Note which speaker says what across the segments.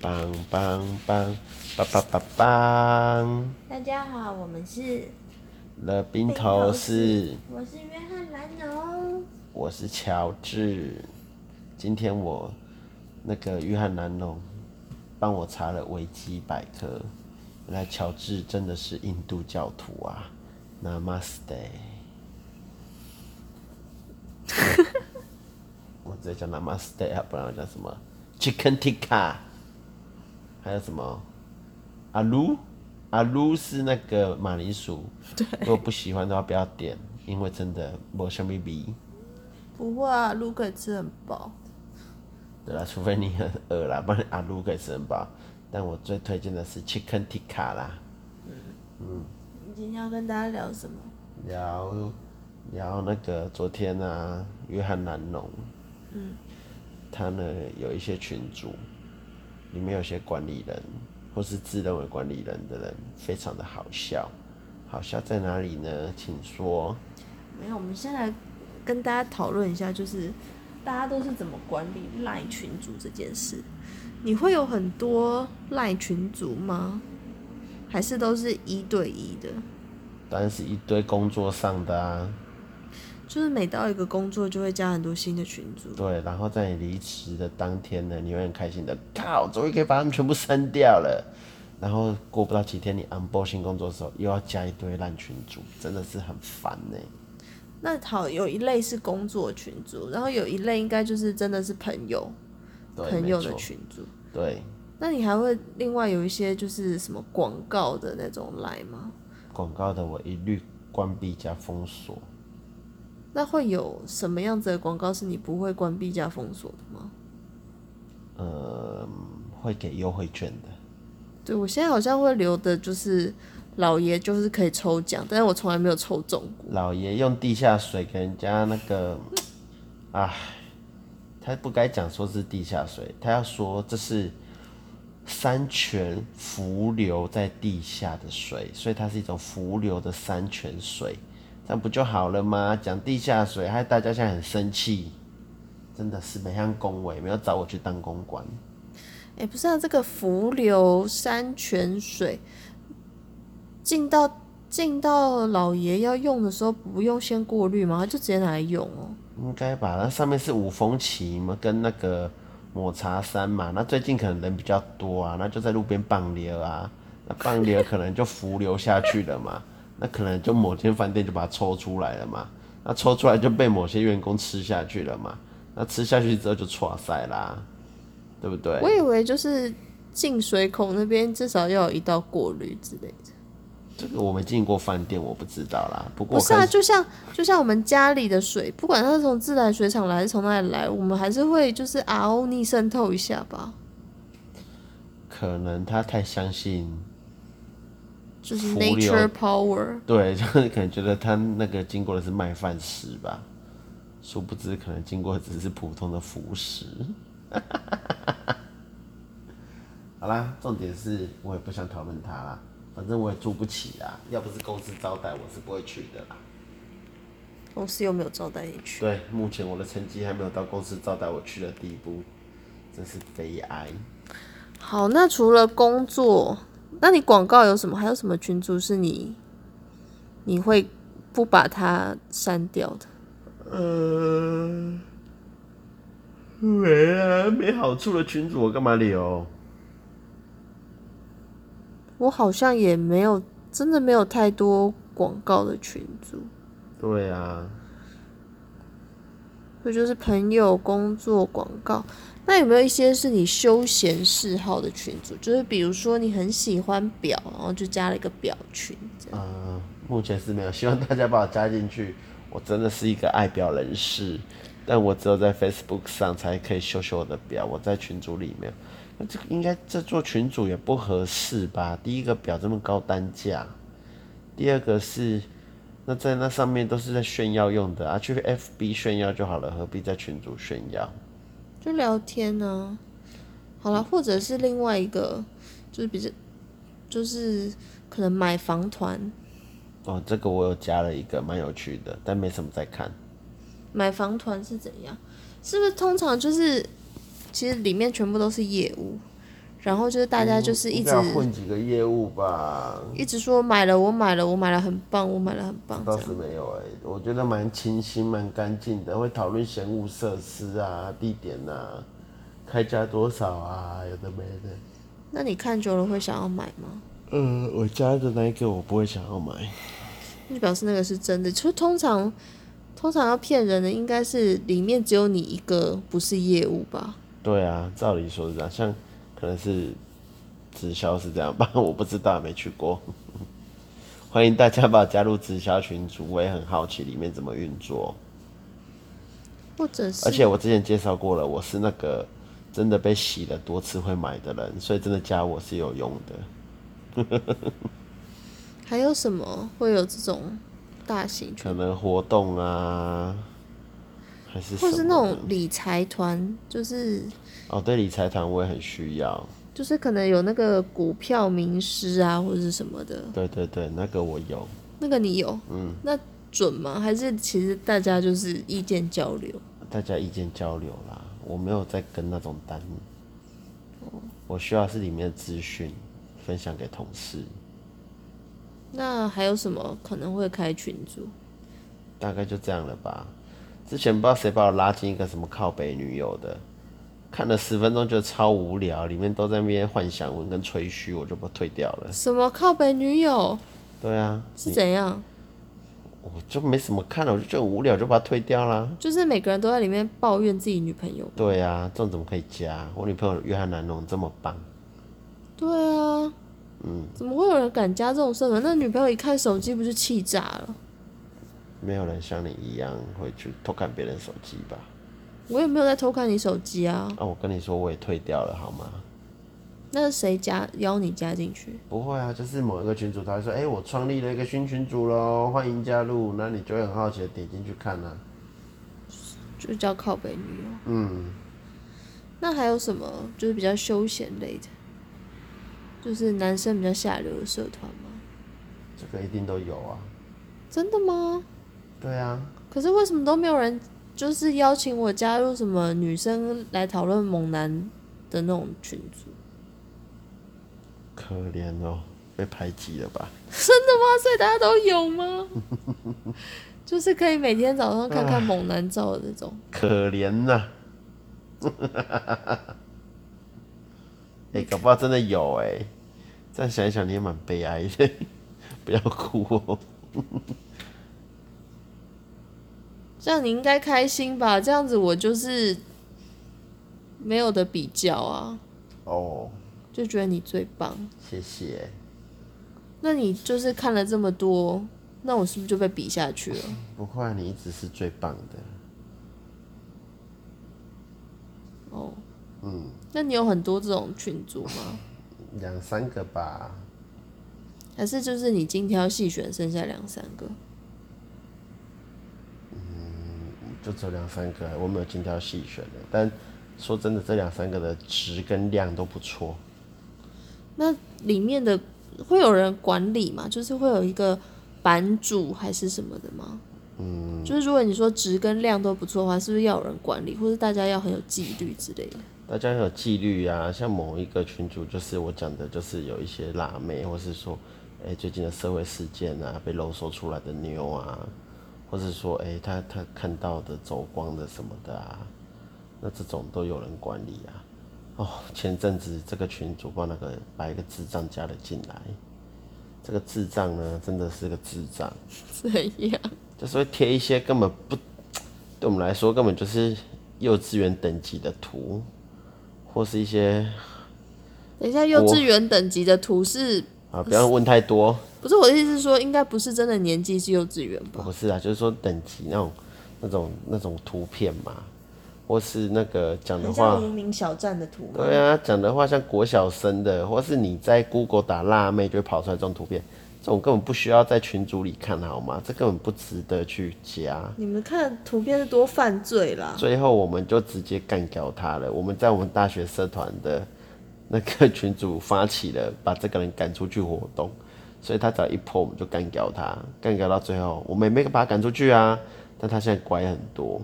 Speaker 1: 梆梆梆，梆梆梆梆，
Speaker 2: 大家好，我们是
Speaker 1: 了冰头士，
Speaker 2: 我是约翰兰农。
Speaker 1: 我是乔治。今天我那个约翰南龙帮我查了维基百科，原来乔治真的是印度教徒啊！Namaste，我直接讲 Namaste 啊，不然我讲什么 Chicken Tikka，还有什么阿鲁阿鲁是那个马铃薯，如果不喜欢的话不要点，因为真的没什么味。
Speaker 2: 不过啊，卢克吃很饱，
Speaker 1: 对啦，除非你很饿啦，不然阿鲁可以吃很饱。但我最推荐的是 Chicken Tikka 啦，
Speaker 2: 你今天要跟大家聊什么？
Speaker 1: 聊聊那个昨天啊，约翰南农，他呢有一些群主，里面有些管理人或是自认为管理人的人，非常的好笑。好笑在哪里呢？请说。
Speaker 2: 没有，我们先来跟大家讨论一下，就是大家都是怎么管理赖群组这件事。你会有很多赖群组吗？还是都是一对一的？
Speaker 1: 当然是一堆工作上的啊，
Speaker 2: 就是每到一个工作就会加很多新的群组。
Speaker 1: 对，然后在你离职的当天呢，你会很开心的，靠，终于可以把他们全部删掉了。然后过不到几天，你 on board 新工作的时候，又要加一堆烂群主，真的是很烦呢、
Speaker 2: 那好，有一类是工作群组，然后有一类应该就是真的是朋友
Speaker 1: 对，
Speaker 2: 朋
Speaker 1: 没
Speaker 2: 友的
Speaker 1: 错
Speaker 2: 群组。
Speaker 1: 对，
Speaker 2: 那你还会另外有一些就是什么广告的那种来吗？
Speaker 1: 广告的我一律关闭加封锁。
Speaker 2: 那会有什么样子的广告是你不会关闭加封锁的吗？
Speaker 1: 呃，会给优惠券的，
Speaker 2: 对我现在好像会留的就是老爷就是可以抽奖，但是我从来没有抽中过。
Speaker 1: 老爷用地下水给人家那个，唉，他不该讲说是地下水，他要说这是山泉伏流在地下的水，所以它是一种伏流的山泉水，这样不就好了吗？讲地下水害大家现在很生气，真的是没向恭维，没有找我去当公关。
Speaker 2: 哎，不是啊，这个伏流山泉水进到进到老爷要用的时候，不用先过滤吗？他就直接拿来用哦。
Speaker 1: 应该吧，那上面是五峰旗嘛，跟那个抹茶山嘛。那最近可能人比较多啊，那就在路边放流啊。那放流可能就浮流下去了嘛，那可能就某间饭店就把它抽出来了嘛。那抽出来就被某些员工吃下去了嘛。那吃下去之后就垮塞啦，对不对？
Speaker 2: 我以为就是进水口那边至少要有一道过滤之类的。
Speaker 1: 这个我没进过饭店，我不知道啦。不过
Speaker 2: 不
Speaker 1: 我
Speaker 2: 是啊，
Speaker 1: 看
Speaker 2: 就像就像我们家里的水，不管它是从自来水厂来还是从哪里来，我们还是会就是 RO 逆渗透一下吧，
Speaker 1: 可能他太相信
Speaker 2: 就
Speaker 1: 浮
Speaker 2: 是
Speaker 1: 流
Speaker 2: nature power。
Speaker 1: 对， 就是可能觉得他那个经过的是麦饭石吧，殊不知可能经过的只是普通的腐蚀。 好啦，重点是我也不想讨论他啦，反正我也住不起啦，要不是公司招待，我是不会去的啦。
Speaker 2: 公司又没有招待你去，
Speaker 1: 对，目前我的成绩还没有到公司招待我去的地步，真是悲哀。
Speaker 2: 好，那除了工作，那你广告有什么？还有什么群组是你你会不把它删掉的？
Speaker 1: 呃，没啊，没好处的群主我干嘛留？
Speaker 2: 我好像也没有，真的没有太多广告的群组，
Speaker 1: 对啊，
Speaker 2: 所以就是朋友、工作、广告。那有没有一些是你休闲嗜好的群组？就是比如说你很喜欢表，然后就加了一个表群这样。
Speaker 1: 呃，目前是没有，希望大家把我加进去。我真的是一个爱表人士，但我只有在 Facebook 上才可以秀秀我的表，我在群组里面，那这个应该这做群主也不合适吧？第一个表这么高单价，第二个是那在那上面都是在炫耀用的啊，去 FB 炫耀就好了，何必在群组炫耀？
Speaker 2: 就聊天呢、好了，或者是另外一个，就是比较，就是可能买房团，
Speaker 1: 哦，这个我有加了一个，蛮有趣的，但没什么在看。
Speaker 2: 买房团是怎样？是不是通常就是，其实里面全部都是业务，然后就是大家就是一直
Speaker 1: 应该要嗯混几个业务吧，
Speaker 2: 一直说买了，我买了，我买了，很棒，我买了，很棒，这
Speaker 1: 倒
Speaker 2: 样
Speaker 1: 是没有哎、我觉得蛮清新、蛮干净的，会讨论闲物设施啊、地点啊、开价多少啊，有的没的。
Speaker 2: 那你看久了会想要买吗？
Speaker 1: 呃，我家的那一个我不会想要买，
Speaker 2: 那就表示那个是真的。就通常，通常要骗人的应该是里面只有你一个不是业务吧？
Speaker 1: 对啊，照理说是这样，像可能是直销是这样吧，我不知道，没去过。 欢迎大家把我加入直销群组，我也很好奇里面怎么运作。
Speaker 2: 或者是
Speaker 1: 而且我之前介绍过了，我是那个真的被洗了多次会买的人，所以真的加我是有用的。
Speaker 2: 还有什么会有这种大型群
Speaker 1: 可，能活动啊，还是什
Speaker 2: 或
Speaker 1: 么
Speaker 2: 是那种理财团，就是
Speaker 1: 哦，对理财团我也很需要。
Speaker 2: 就是可能有那个股票名师啊，或者是什么的，
Speaker 1: 对对对，那个我有。
Speaker 2: 那个你有？嗯，那准吗？还是其实大家就是意见交流？
Speaker 1: 大家意见交流啦，我没有在跟那种单，我需要是里面的资讯分享给同事，
Speaker 2: 那还有什么可能会开群组？
Speaker 1: 大概就这样了吧。之前不知道谁把我拉进一个什么靠北女友的，看了十分钟就超无聊，里面都在那边幻想文跟吹嘘，我就把它退掉了。
Speaker 2: 什么靠北女友
Speaker 1: 对啊，
Speaker 2: 是怎样？
Speaker 1: 我就没什么看了，我就觉得很无聊，就把它退掉啦。
Speaker 2: 就是每个人都在里面抱怨自己女朋友。
Speaker 1: 对啊，这种怎么可以加？我女朋友约翰南龙这么棒，
Speaker 2: 对啊，嗯，怎么会有人敢加这种社团？那女朋友一看手机不就气炸了？
Speaker 1: 没有人像你一样会去偷看别人手机吧？
Speaker 2: 我也没有在偷看你手机啊，
Speaker 1: 啊，我跟你说，我也退掉了，好吗？
Speaker 2: 那是谁加邀你加进去？
Speaker 1: 不会啊，就是某一个群主，他会说，哎、我创立了一个新群组喽，欢迎加入，那你就会很好奇的点进去看啊。
Speaker 2: 就叫靠北女友。嗯，那还有什么就是比较休闲类的，就是男生比较下流的社团吗？
Speaker 1: 这个一定都有啊。
Speaker 2: 真的吗？
Speaker 1: 对啊，
Speaker 2: 可是为什么都没有人就是邀请我加入什么女生来讨论猛男的那种群组？
Speaker 1: 可怜哦，被排挤了吧？
Speaker 2: 哇塞，大家都有吗？就是可以每天早上看看猛男照的那种。
Speaker 1: 可怜呐、 哎、搞不好真的有哎、这样想一想，你也蛮悲哀的， 不要哭哦。
Speaker 2: 这样你应该开心吧？这样子我就是没有的比较啊，
Speaker 1: 哦，
Speaker 2: 就觉得你最棒。
Speaker 1: 谢谢。
Speaker 2: 那你就是看了这么多，那我是不是就被比下去了？
Speaker 1: 不会啊，你一直是最棒的。
Speaker 2: 哦，嗯，那你有很多这种群组吗？
Speaker 1: 两三个吧，
Speaker 2: 还是就是你精挑细选，剩下两三个？
Speaker 1: 就只有两三个，我没有精挑细选的。但说真的，这两三个的值跟量都不错。
Speaker 2: 那里面的会有人管理吗？就是会有一个版主还是什么的吗？嗯，就是如果你说值跟量都不错的话，是不是要有人管理，或是大家要很有纪律之类的？
Speaker 1: 大家有纪律啊，像某一个群主，就是我讲的，就是有一些辣妹，或是说，哎、最近的社会事件啊，被露收出来的妞啊，或是说，哎、她她看到的走光的什么的啊，那这种都有人管理啊。哦，前阵子这个群主把那个把一个智障加了进来，这个智障呢，真的是个智障。
Speaker 2: 怎样？
Speaker 1: 就是会贴一些根本不对我们来说根本就是幼稚园等级的图，或是一些
Speaker 2: 等一下，幼稚园等级的图是
Speaker 1: 啊，不要问太多，
Speaker 2: 不是我的意思是说，应该不是真的年纪是幼稚园吧？
Speaker 1: 不是啊，就是说等级那种那种那种图片嘛，或是那个讲的话，
Speaker 2: 民小站的图吗？
Speaker 1: 对啊，讲的话像国小生的，或是你在 Google 打辣妹就会跑出来这种图片，这种根本不需要在群组里看好吗？这根本不值得去加。
Speaker 2: 你们看图片是多犯罪啦！
Speaker 1: 最后我们就直接干掉他了。我们在我们大学社团的那个群组发起了把这个人赶出去活动，所以他只要一泼我们就干掉他，干掉到最后我们也没把他赶出去啊，但他现在乖很多。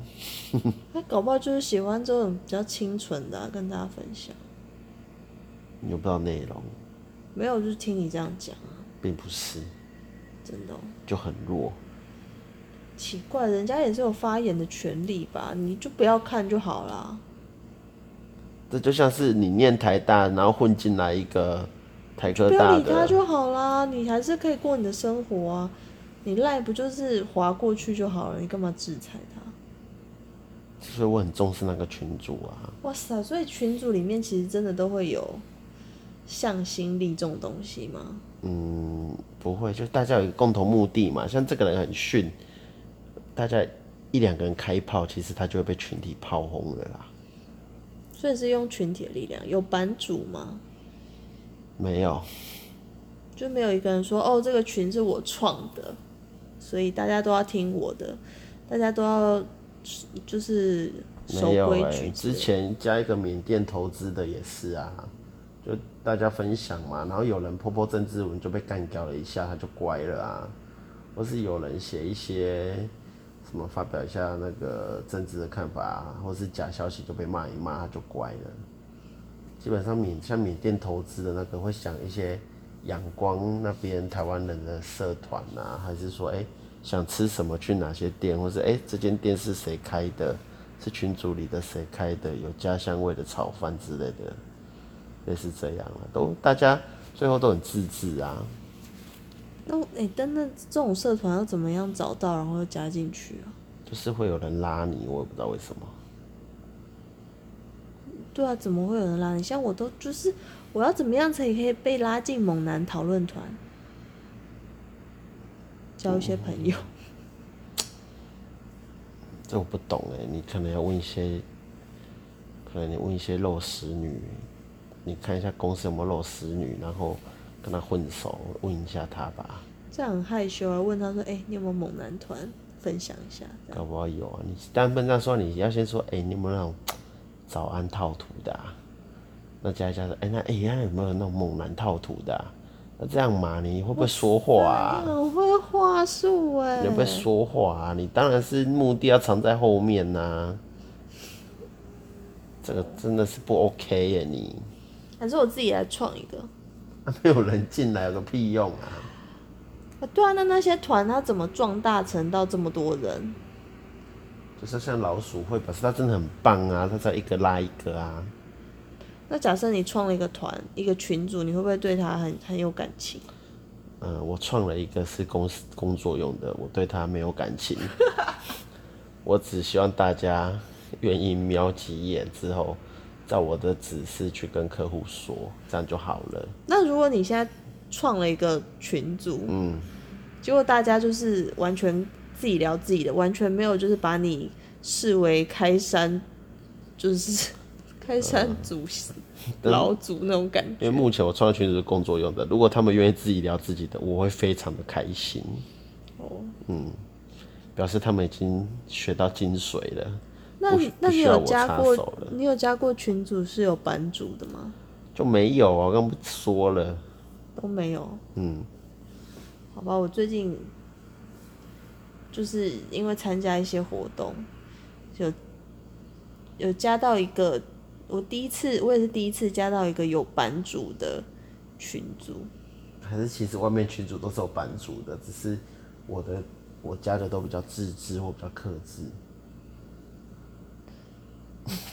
Speaker 2: 他搞不好就是喜欢这种比较清纯的啊、跟大家分享。
Speaker 1: 你又不知道内容，
Speaker 2: 没有，就是听你这样讲啊，
Speaker 1: 并不是
Speaker 2: 真的哦、
Speaker 1: 就很弱。
Speaker 2: 奇怪，人家也是有发言的权利吧？你就不要看就好啦。
Speaker 1: 这就像是你念台大，然后混进来一个台科
Speaker 2: 不要
Speaker 1: 大
Speaker 2: 理他
Speaker 1: 的，
Speaker 2: 就好啦，你还是可以过你的生活啊。你赖不就是划过去就好了？你干嘛制裁他？
Speaker 1: 所以我很重视那个群主啊。
Speaker 2: 哇塞！所以群组里面其实真的都会有向心力这种东西吗？
Speaker 1: 嗯，不会，就大家有一个共同目的嘛。像这个人很逊，大家一两个人开炮，其实他就会被群体炮轰了啦。
Speaker 2: 所以是用群体的力量，有版主吗？
Speaker 1: 没有，
Speaker 2: 就没有一个人说哦，这个群是我创的，所以大家都要听我的，大家都要就是守
Speaker 1: 没有
Speaker 2: 规
Speaker 1: 哎、
Speaker 2: 矩之
Speaker 1: 之
Speaker 2: 类的。
Speaker 1: 前加一个缅甸投资的也是啊，就大家分享嘛，然后有人泼泼政治文就被干掉了一下，他就乖了啊。或是有人写一些什么发表一下那个政治的看法啊，或是假消息就被骂一骂，他就乖了。基本上缅像缅甸投资的那个会想一些阳光那边台湾人的社团啊，还是说哎、诶想吃什么去哪些店，或是哎、诶这间店是谁开的，是群组里的谁开的，有家乡味的炒饭之类的，类似这样啊，都大家最后都很自制啊。
Speaker 2: 那我哎，但那这种社团要怎么样找到，然后又加进去啊？
Speaker 1: 就是会有人拉你，我也不知道为什么。
Speaker 2: 对啊，怎么会有人拉你？像我都就是我要怎么样才可以被拉进猛男讨论团，交一些朋友？
Speaker 1: 这我不懂哎、你可能要问一些，可能你问一些肉食女，你看一下公司有没有肉食女，然后跟她混熟，问一下她吧，
Speaker 2: 这样很害羞啊！问他说：“哎、你有没有猛男团？分享一下。”这样
Speaker 1: 搞不好有啊。你但不能说你要先说，哎、你有没有那种早安套图的、啊？那加一加说，哎、那哎、那有没有那种猛男套图的、啊？那这样嘛，你会不会说话啊？
Speaker 2: 你很会话术哎、
Speaker 1: 你会不会说话啊？你当然是目的要藏在后面呐、这个真的是不 OK 耶你。
Speaker 2: 还是我自己来创一个？
Speaker 1: 啊没有人进来有个屁用啊！
Speaker 2: 啊，对啊，那那些团他怎么壮大成到这么多人？
Speaker 1: 就是像老鼠会，表示它真的很棒啊，它只要一个拉一个啊。
Speaker 2: 那假设你创了一个团、一个群组，你会不会对他很很有感情？
Speaker 1: 嗯，我创了一个是公司工作用的，我对它没有感情， 我只希望大家愿意瞄几眼之后，照我的指示去跟客户说，这样就好了。
Speaker 2: 那如果你现在创了一个群组，嗯，结果大家就是完全自己聊自己的，完全没有就是把你视为开山，就是 开山祖师、
Speaker 1: 嗯
Speaker 2: 老祖那种感
Speaker 1: 因为
Speaker 2: 觉。
Speaker 1: 目前我创的群组是工作用的，如果他们愿意自己聊自己的，我会非常的开心，嗯
Speaker 2: 哦，
Speaker 1: 表示他们已经学到精髓了。
Speaker 2: 那
Speaker 1: 不需
Speaker 2: 你那你
Speaker 1: 不需要
Speaker 2: 有
Speaker 1: 我
Speaker 2: 加
Speaker 1: 插手
Speaker 2: 过
Speaker 1: 了
Speaker 2: 你有加过群组是有版主的吗？
Speaker 1: 就没有啊，我刚不是说了，
Speaker 2: 都没有。嗯，好吧，我最近就是因为参加一些活动，有有加到一个，我第一次我也是第一次加到一个有版主的群组，
Speaker 1: 还是其实外面群主都是有版主的，只是我的我加的都比较自制或比较克制。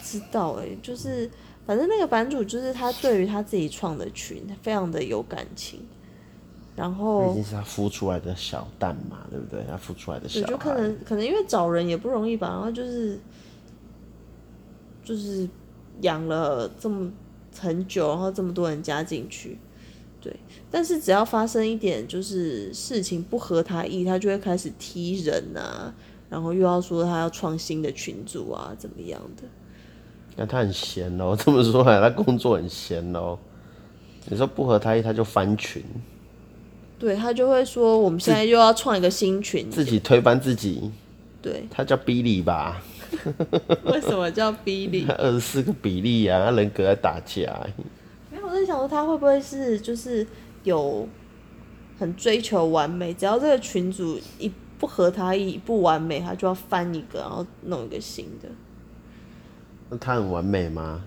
Speaker 2: 知道哎、就是反正那个版主就是他对于他自己创的群非常的有感情，然
Speaker 1: 毕
Speaker 2: 后
Speaker 1: 竟是他孵出来的小蛋嘛，对不对？他孵出来的
Speaker 2: 对，
Speaker 1: 小
Speaker 2: 就可
Speaker 1: 孩，
Speaker 2: 能可能因为找人也不容易吧，然后就是就是养了这么很久，然后这么多人加进去，对。但是只要发生一点就是事情不合他意，他就会开始踢人啊，然后又要说他要创新的群组啊，怎么样的？
Speaker 1: 那他很闲哦， 这么说来，他工作很闲哦。你说不合他意，他就翻群，
Speaker 2: 对他就会说我们现在又要创一个新群，
Speaker 1: 自己推翻自己。。
Speaker 2: 对
Speaker 1: 他叫比利吧，
Speaker 2: 为什么叫 Billy？
Speaker 1: 他二十四个比利啊，他人格在打架。
Speaker 2: 没有，我在想说他会不会是就是有很追求完美，只要这个群主一不合他意、不完美，他就要翻一个，然后弄一个新的。
Speaker 1: 那他很完美吗？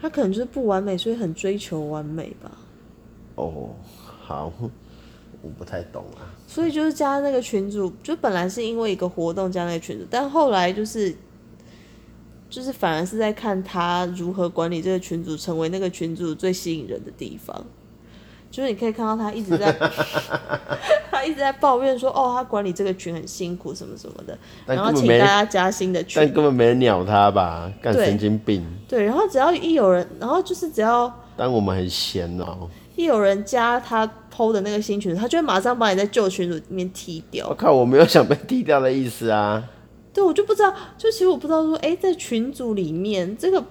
Speaker 2: 他可能就是不完美，所以很追求完美吧。
Speaker 1: 哦，好，我不太懂啊。
Speaker 2: 所以就是加那个群主，就本来是因为一个活动加那个群主，但后来就是就是反而是在看他如何管理这个群主，成为那个群主最吸引人的地方。就是你可以看到他一直在， 他一直在抱怨说，哦，他管理这个群很辛苦什么什么的，
Speaker 1: 但根
Speaker 2: 然后
Speaker 1: 本
Speaker 2: 请
Speaker 1: 没
Speaker 2: 大家加新的群
Speaker 1: 但，根本没人鸟他吧？干
Speaker 2: 对
Speaker 1: 神经病！
Speaker 2: 对，然后只要一有人，然后就是只要
Speaker 1: 但我们很闲哦、
Speaker 2: 一有人加他 PO 的那个新群组，他就会马上把你在旧群组里面踢掉
Speaker 1: 我、。靠，我没有想被踢掉的意思啊。
Speaker 2: 对，我就不知道，就其实我不知道说，哎、在群组里面，这个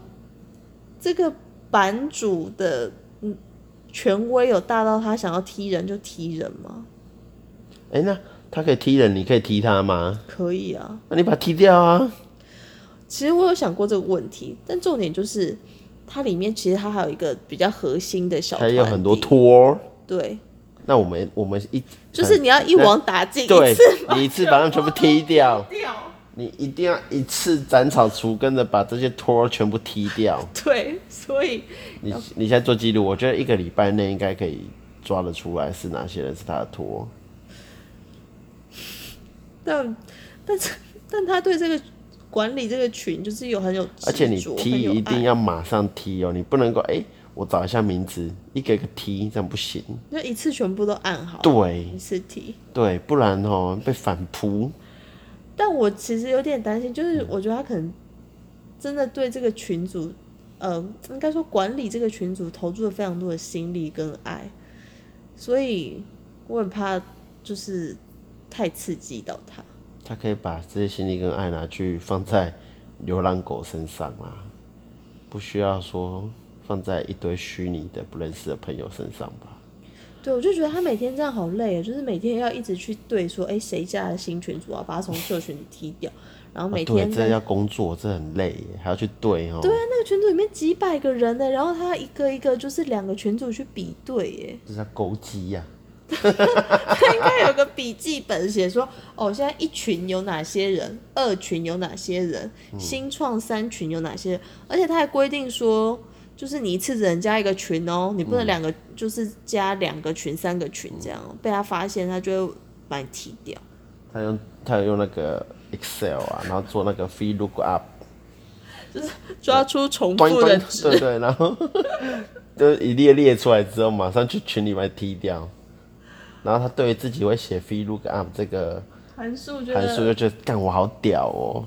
Speaker 2: 这个版主的嗯权威有大到他想要踢人就踢人吗？
Speaker 1: 哎、那他可以踢人，你可以踢他吗？
Speaker 2: 可以啊，
Speaker 1: 那你把他踢掉啊。
Speaker 2: 其实我有想过这个问题，但重点就是它里面其实它还有一个比较核心的小
Speaker 1: 他
Speaker 2: 团
Speaker 1: 也有
Speaker 2: 体，
Speaker 1: 很多托。
Speaker 2: 对，
Speaker 1: 那我们我们一
Speaker 2: 就是你要一网打尽，
Speaker 1: 对
Speaker 2: 一次，
Speaker 1: 你一次把他们全部踢掉，
Speaker 2: 掉，
Speaker 1: 你一定要一次斩草除根的把这些托全部踢掉。
Speaker 2: 对，所以
Speaker 1: 你你现在做记录，我觉得一个礼拜内应该可以抓得出来是哪些人是他的托。
Speaker 2: 但但是但他对这个管理这个群就是有很有执着，
Speaker 1: 而且你踢
Speaker 2: 很有
Speaker 1: 一定
Speaker 2: 爱
Speaker 1: 要马上踢哦，你不能够哎、我找一下名字，一个一个踢，这样不行。
Speaker 2: 就一次全部都按好，
Speaker 1: 对
Speaker 2: 一次踢。
Speaker 1: 对，不然哦被反扑。
Speaker 2: 但我其实有点担心，
Speaker 1: 嗯
Speaker 2: 就是我觉得他可能真的对这个群组，呃，应该说管理这个群组投注了非常多的心力跟爱，所以我很怕就是太刺激到他。
Speaker 1: 他可以把这些心力跟爱拿去放在流浪狗身上啊，不需要说放在一堆虚拟的不认识的朋友身上吧。
Speaker 2: 对，我就觉得他每天这样好累啊，就是每天要一直去对说，哎，谁家的新群主啊，把他从旧群里踢掉，然后每
Speaker 1: 啊、对，
Speaker 2: 天
Speaker 1: 这
Speaker 2: 在、
Speaker 1: 要工作，这很累耶，还要去对哦。
Speaker 2: 对啊，那个群组里面几百个人呢，然后他一个一个就是两个群组去比对耶，
Speaker 1: 这叫勾机啊呀、
Speaker 2: 他应该有个笔记本写说，哦，现在一群有哪些人，二群有哪些人，
Speaker 1: 嗯
Speaker 2: 新创三群有哪些人，而且他还规定说，就是你一次只能加一个群哦，你
Speaker 1: 嗯
Speaker 2: 不能两个，就是加两个群、三个群这样，哦被他发现他就会把你踢掉。
Speaker 1: 他用他有用那个 Excel 啊，然后做那个 V lookup，
Speaker 2: 抓出重
Speaker 1: 端
Speaker 2: 复的
Speaker 1: 端
Speaker 2: 值，
Speaker 1: 对 对，然后就一列列出来之后，马上去群里面踢掉。然后他对于自己会写 V lookup 这个
Speaker 2: 函数觉
Speaker 1: 函数，
Speaker 2: 得
Speaker 1: 就觉得干我好屌哦、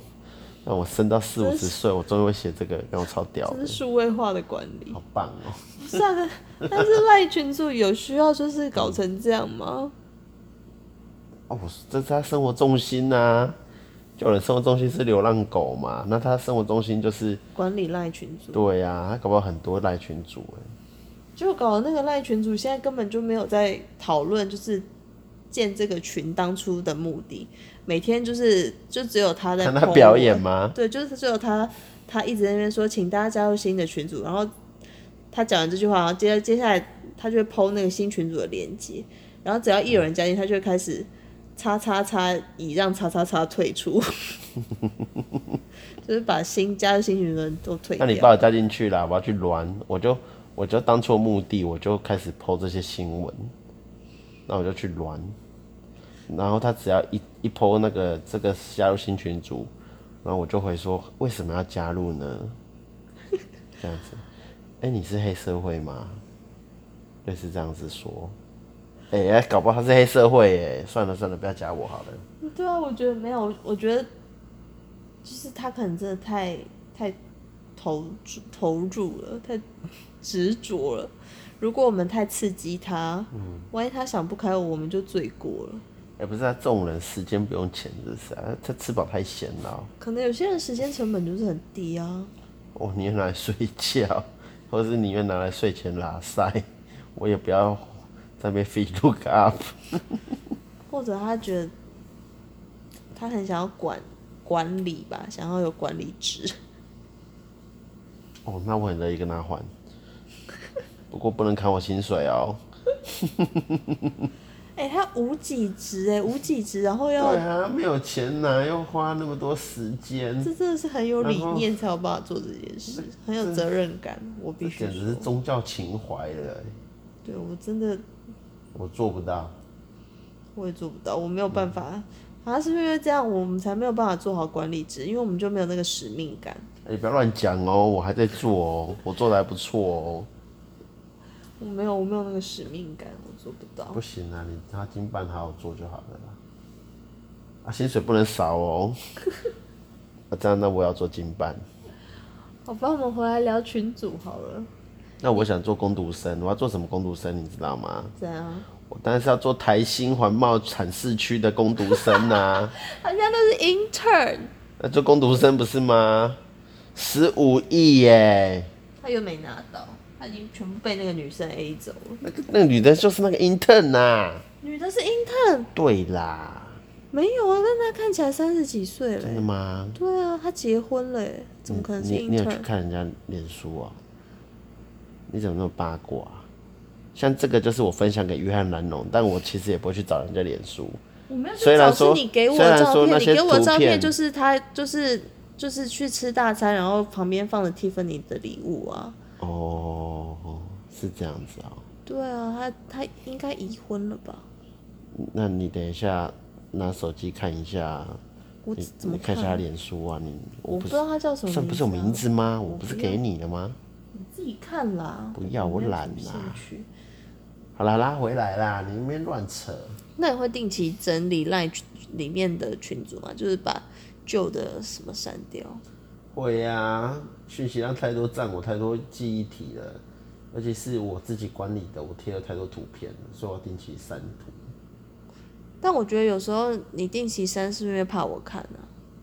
Speaker 1: 让我升到四五十岁，我终于会写这个，让我超屌
Speaker 2: 这
Speaker 1: 的
Speaker 2: 是，数位化的管理
Speaker 1: 好。棒哦、
Speaker 2: 不是啊，但但是赖群主有需要就是搞成这样吗？
Speaker 1: 哦，这是他生活重心呐、啊。就有人生活重心是流浪狗嘛，那他生活重心就是
Speaker 2: 管理赖群主，
Speaker 1: 对呀、啊，他搞不好很多赖群主哎、
Speaker 2: 就搞得那个赖群主现在根本就没有在讨论，就是建这个群当初的目的。每天就是就只有他在欸
Speaker 1: 看他
Speaker 2: po 文
Speaker 1: 表演吗
Speaker 2: 对，就是只有他，他一直在那边说，请大家加入新的群组，然后他讲完这句话，然后接接下来他就会 PO 那个新群组的链接，然后只要一有人加进，他就会开始叉叉叉以让叉叉叉退出， 就是把新加入新群组的人都退
Speaker 1: 那
Speaker 2: 掉。
Speaker 1: 你把我加进去啦，我要去乱，我就我就当做目的，我就开始剖这些新闻，那我就去乱，然后他只要一一剖那个这个加入新群组，然后我就会说为什么要加入呢？这样子，哎、你是黑社会吗？类似这样子说，哎、哎搞不好他是黑社会哎，算了算了，不要加我好了。
Speaker 2: 对啊，我觉得没有，我觉得就是他可能真的太太投注投入了，太执着了。如果我们太刺激他，万一他想不开，我们就罪过了。
Speaker 1: 哎、不是啊，这种人时间不用钱，是不是啊？他吃饱太闲了哦、
Speaker 2: 可能有些人时间成本就是很低啊，
Speaker 1: 我宁哦愿拿来睡觉，或是宁愿拿来睡前拉塞，我也不要在那边 feed look up。
Speaker 2: 或者他觉得他很想要管管理吧，想要有管理值。
Speaker 1: 哦，那我很乐意跟他换，不过不能砍我薪水哦。
Speaker 2: 哎、他无几职哎，无几职，然后要、
Speaker 1: 对啊，没有钱拿，又花那么多时间，
Speaker 2: 这真的是很有理
Speaker 1: 然后
Speaker 2: 念才有办法做这件事，很有责任感，我必
Speaker 1: 这
Speaker 2: 须
Speaker 1: 简直是
Speaker 2: 说，
Speaker 1: 宗教情怀了欸。
Speaker 2: 对我真的
Speaker 1: 我做不到，
Speaker 2: 我也做不到，我没有
Speaker 1: 嗯
Speaker 2: 办法。好像是不是因为这样，我们才没有办法做好管理职，因为我们就没有那个使命感。
Speaker 1: 哎你不要乱讲哦，我还在做哦，我做的还不错哦。
Speaker 2: 我没有，我没有那个使命感，我做不到
Speaker 1: 不。行啊，你他经办好好做就好了啦。啊，薪水不能少哦。 啊，这样那我要做经办，
Speaker 2: 好吧，我们回来聊群主好了，
Speaker 1: 那我想做工读生，我要做什么工读生，你知道吗？
Speaker 2: 怎样？
Speaker 1: 我当然是要做台新环贸产市区的工读生啊，
Speaker 2: 好像都是 intern，
Speaker 1: 那做工读生不是吗？十五亿耶！
Speaker 2: 他又没拿到，他已经全部被那个女生 A 走了。
Speaker 1: 那个那个女的就是那个 intern 呐、啊，
Speaker 2: 女的是 intern，
Speaker 1: 对啦，
Speaker 2: 没有啊，但她看起来三十几岁了
Speaker 1: 真
Speaker 2: 欸、
Speaker 1: 的吗？
Speaker 2: 对啊，她结婚了、欸，怎么可能是
Speaker 1: 你你有去
Speaker 2: intern？
Speaker 1: 看人家脸书啊？你怎么那么八卦、啊？像这个就是我分享给约翰·兰农，但我其实也不会去找人家脸书。
Speaker 2: 我没有去
Speaker 1: 虽
Speaker 2: 找，
Speaker 1: 然
Speaker 2: 是
Speaker 1: 说
Speaker 2: 你给我
Speaker 1: 虽
Speaker 2: 的
Speaker 1: 然
Speaker 2: 照
Speaker 1: 说那
Speaker 2: 片，你
Speaker 1: 些
Speaker 2: 给我的
Speaker 1: 图
Speaker 2: 照片
Speaker 1: 片
Speaker 2: 就是他就是就是去吃大餐，然后旁边放了 Tiffany 的礼物啊。
Speaker 1: 哦，是这样子哦。
Speaker 2: 对啊，他他应该已婚了吧？
Speaker 1: 那你等一下拿手机看一下，
Speaker 2: 我
Speaker 1: 你
Speaker 2: 怎么
Speaker 1: 你看一下他
Speaker 2: 看？
Speaker 1: 脸书啊？你
Speaker 2: 我
Speaker 1: 不
Speaker 2: 不
Speaker 1: 是
Speaker 2: 知道他叫什么名字、啊。
Speaker 1: 算不是有名字吗？我不是
Speaker 2: 不
Speaker 1: 给你的吗？
Speaker 2: 你自己看啦。
Speaker 1: 不要我
Speaker 2: 没有
Speaker 1: 懒
Speaker 2: 什么
Speaker 1: 啦
Speaker 2: 兴趣
Speaker 1: 好啦，拉回来啦，你那边乱扯。
Speaker 2: 那你会定期整理 LINE 群里面的群组吗？就是把旧的什么删掉？
Speaker 1: 会呀、啊，讯息量太多，占我太多记忆体了，而且是我自己管理的，我贴了太多图片了，所以我要定期删图。
Speaker 2: 但我觉得有时候你定期删是因为怕我看啊。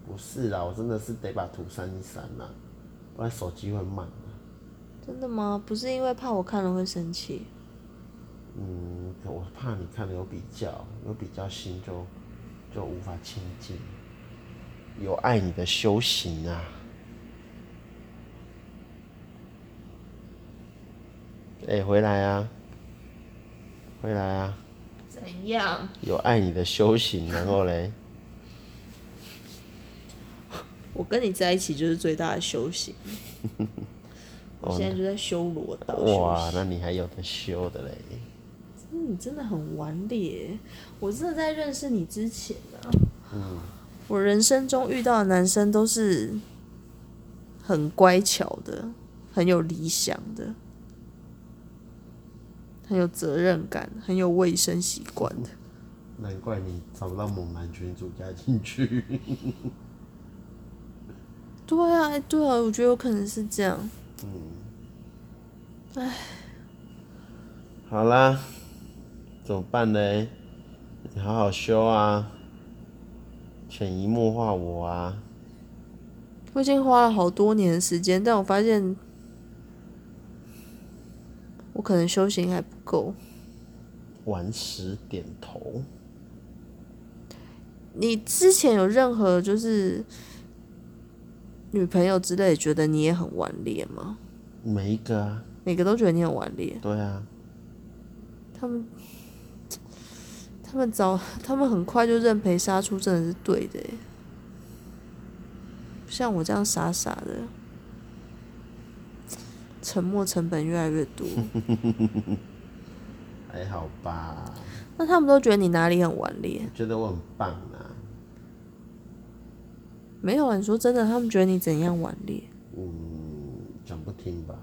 Speaker 1: 不是啦，我真的是得把图删一删啦，不然手机会慢。啊
Speaker 2: 真的吗？不是因为怕我看了会生气。
Speaker 1: 嗯，我怕你看了有比较，有比较心就就无法亲近，有爱你的修行啊。哎、回来啊，回来啊。
Speaker 2: 怎样？
Speaker 1: 有爱你的修行，然后嘞，
Speaker 2: 我跟你在一起就是最大的修行。我现在就在修罗道修
Speaker 1: 哇，
Speaker 2: 行。
Speaker 1: 那你还有的修的嘞。
Speaker 2: 嗯，你真的很顽劣耶。我真的在认识你之前啊，我人生中遇到的男生都是很乖巧的，很有理想的，很有责任感，很有卫生习惯的。
Speaker 1: 难怪你找不到猛男群主加进去。
Speaker 2: 对啊，对啊，我觉得有可能是这样。
Speaker 1: 好啦，怎么办嘞？你好好修啊，潜移默化我啊。
Speaker 2: 我已经花了好多年的时间，但我发现我可能修行还不够。
Speaker 1: 顽石点头，
Speaker 2: 你之前有任何就是女朋友之类，觉得你也很顽劣吗？
Speaker 1: 每一个啊，
Speaker 2: 每个都觉得你很顽劣，
Speaker 1: 对啊，
Speaker 2: 他们他们早他们很快就认赔杀出，真的是对的耶。不像我这样傻傻的，沉默成本越来越多。
Speaker 1: 还好吧？
Speaker 2: 那他们都觉得你哪里很顽劣？
Speaker 1: 觉得我很棒啊。
Speaker 2: 没有啊，你说真的，他们觉得你怎样顽劣？
Speaker 1: 嗯，讲不听吧，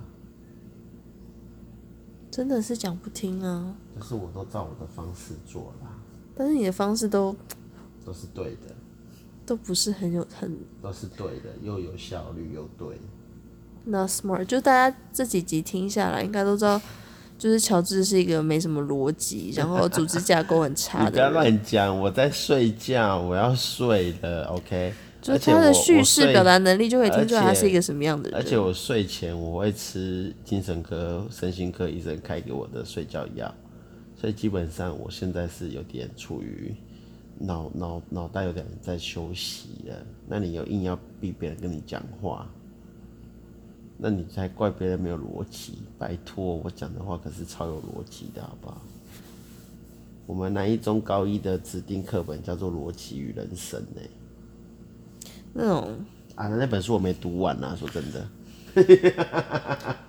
Speaker 2: 真的是讲不听啊。
Speaker 1: 就是我都照我的方式做啦，
Speaker 2: 但是你的方式都
Speaker 1: 都是对的，
Speaker 2: 都不是很有很
Speaker 1: 都是对的，又有效率又对。
Speaker 2: not smart，就大家这几集听下来，应该都知道，就是乔治是一个没什么逻辑，然后组织架构很 差
Speaker 1: 你不要
Speaker 2: 的人，
Speaker 1: 乱讲，我在睡觉，我要睡了，OK。
Speaker 2: 就是他的叙事表达能力就可以听出来
Speaker 1: 而且
Speaker 2: 他是一个什么样的
Speaker 1: 而且
Speaker 2: 人。
Speaker 1: 我睡前我会吃精神科、身心科医生开给我的睡觉药，所以基本上我现在是有点处于脑脑脑袋有点在休息了。那你又硬要逼别人跟你讲话，那你才怪别人没有逻辑。拜托，我讲的话可是超有逻辑的，好不好？我们南一中高一的指定课本叫做《逻辑与人生》呢、
Speaker 2: 那种
Speaker 1: 啊，那本书我没读完啊，说真的。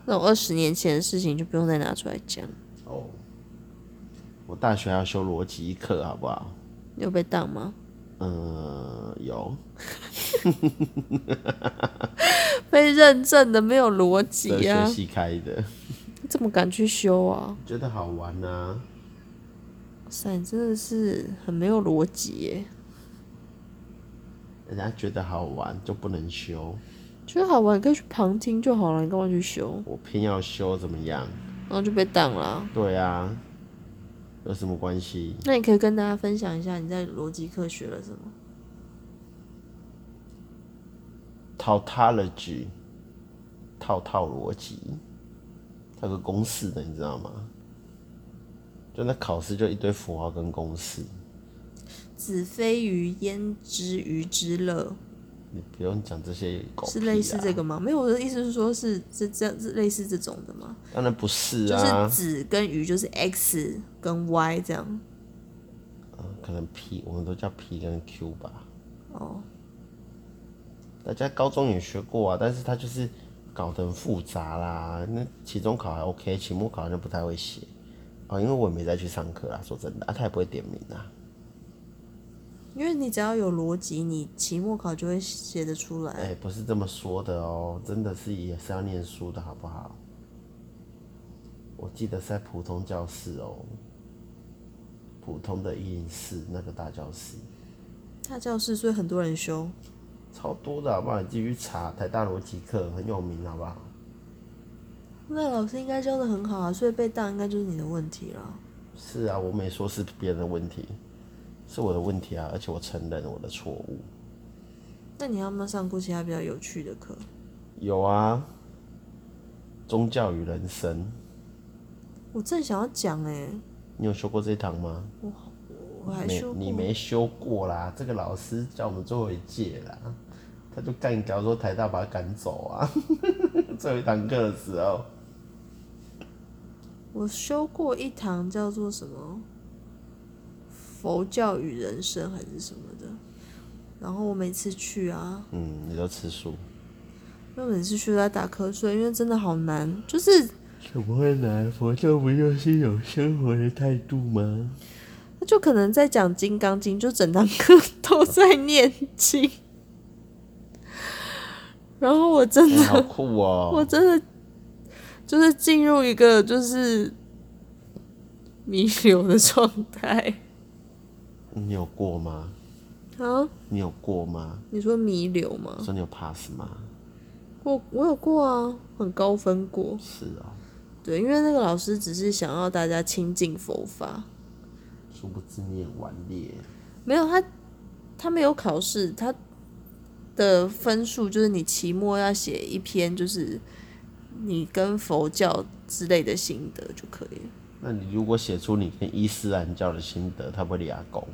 Speaker 2: 那种二十年前的事情就不用再拿出来讲，
Speaker 1: 哦，我大学还要修逻辑课，好不好？
Speaker 2: 你有被当吗？
Speaker 1: 嗯，有
Speaker 2: 被认证的没有逻
Speaker 1: 哲
Speaker 2: 辑
Speaker 1: 学
Speaker 2: 啊，
Speaker 1: 系开的，
Speaker 2: 你怎么敢去修啊？
Speaker 1: 觉得好玩啊。
Speaker 2: 哇塞，你真的是很没有逻辑耶，
Speaker 1: 人家觉得好玩就不能修，
Speaker 2: 觉得好玩可以去旁听就好了，你干嘛去修？
Speaker 1: 我偏要修，怎么样？
Speaker 2: 然后就被当了啊、
Speaker 1: 对啊，有什么关系？
Speaker 2: 那你可以跟大家分享一下你在逻辑课学了什么？
Speaker 1: tautology，套套逻辑，它有个公式的，你知道吗？就那考试就一堆符号跟公式，
Speaker 2: 子非鱼焉知鱼之乐？
Speaker 1: 你不用讲这些狗、屁啊
Speaker 2: 是类似这
Speaker 1: 个？
Speaker 2: 个吗？没有，我的意思是说是这这样是类似这种的吗？
Speaker 1: 当然不是
Speaker 2: 就是
Speaker 1: 啊，
Speaker 2: 子跟鱼就是 x 跟 y 这样。
Speaker 1: 嗯可能 P 我们都叫 P 跟 Q 吧。
Speaker 2: 哦，
Speaker 1: 大家高中也学过啊，但是它就是搞得很复杂啦。那期中考还 OK，期末考好像不太会写哦，因为我也没再去上课啦。说真的，啊，他也不会点名啊。
Speaker 2: 因为你只要有逻辑，你期末考就会写得出
Speaker 1: 哎、
Speaker 2: 来。
Speaker 1: 不是这么说的哦，真的是也是要念书的好不好？我记得是在普通教室哦，普通的一零四那个大教室，
Speaker 2: 大教室所以很多人修，
Speaker 1: 超多的好啊不好？你自己去查台大逻辑课很有名好不好？
Speaker 2: 那老师应该教的很好啊，所以被当应该就是你的问题了。
Speaker 1: 是啊，我没说是别人的问题，是我的问题啊，而且我承认我的错误。
Speaker 2: 那你要不要上过其他比较有趣的课？
Speaker 1: 有啊，宗教与人生，
Speaker 2: 我正想要讲哎、
Speaker 1: 你有修过这堂吗？
Speaker 2: 我还
Speaker 1: 没
Speaker 2: 修，过
Speaker 1: 你没修过啦。这个老师叫我们最后一届啦，他就干掉说台大把他赶走啊。 最后一堂课的时候，
Speaker 2: 我修过一堂叫做什么佛教与人生还是什么的，然后我每次去啊，
Speaker 1: 嗯，你都吃素，
Speaker 2: 因为每次去都在打瞌睡，因为真的好难，就是
Speaker 1: 怎么会难？佛教不就是一种生活的态度吗？
Speaker 2: 他就可能在讲《金刚经》，就整堂课都在念经，然后我真
Speaker 1: 哎
Speaker 2: 的，
Speaker 1: 好酷哦、
Speaker 2: 我真的就是进入一个就是弥留的状态
Speaker 1: 你有过吗？
Speaker 2: 啊！
Speaker 1: 你有过吗？
Speaker 2: 你说弥留吗？
Speaker 1: 说你有 pass 吗？
Speaker 2: 我我有过啊，很高分过。
Speaker 1: 是哦、
Speaker 2: 对，因为那个老师只是想要大家亲近佛法，
Speaker 1: 殊不知你也顽劣。
Speaker 2: 没有他他没有考试，他的分数就是你期末要写一篇，就是你跟佛教之类的心得就可以了。
Speaker 1: 那你如果写出你跟伊斯兰教的心得，他不会立阿公。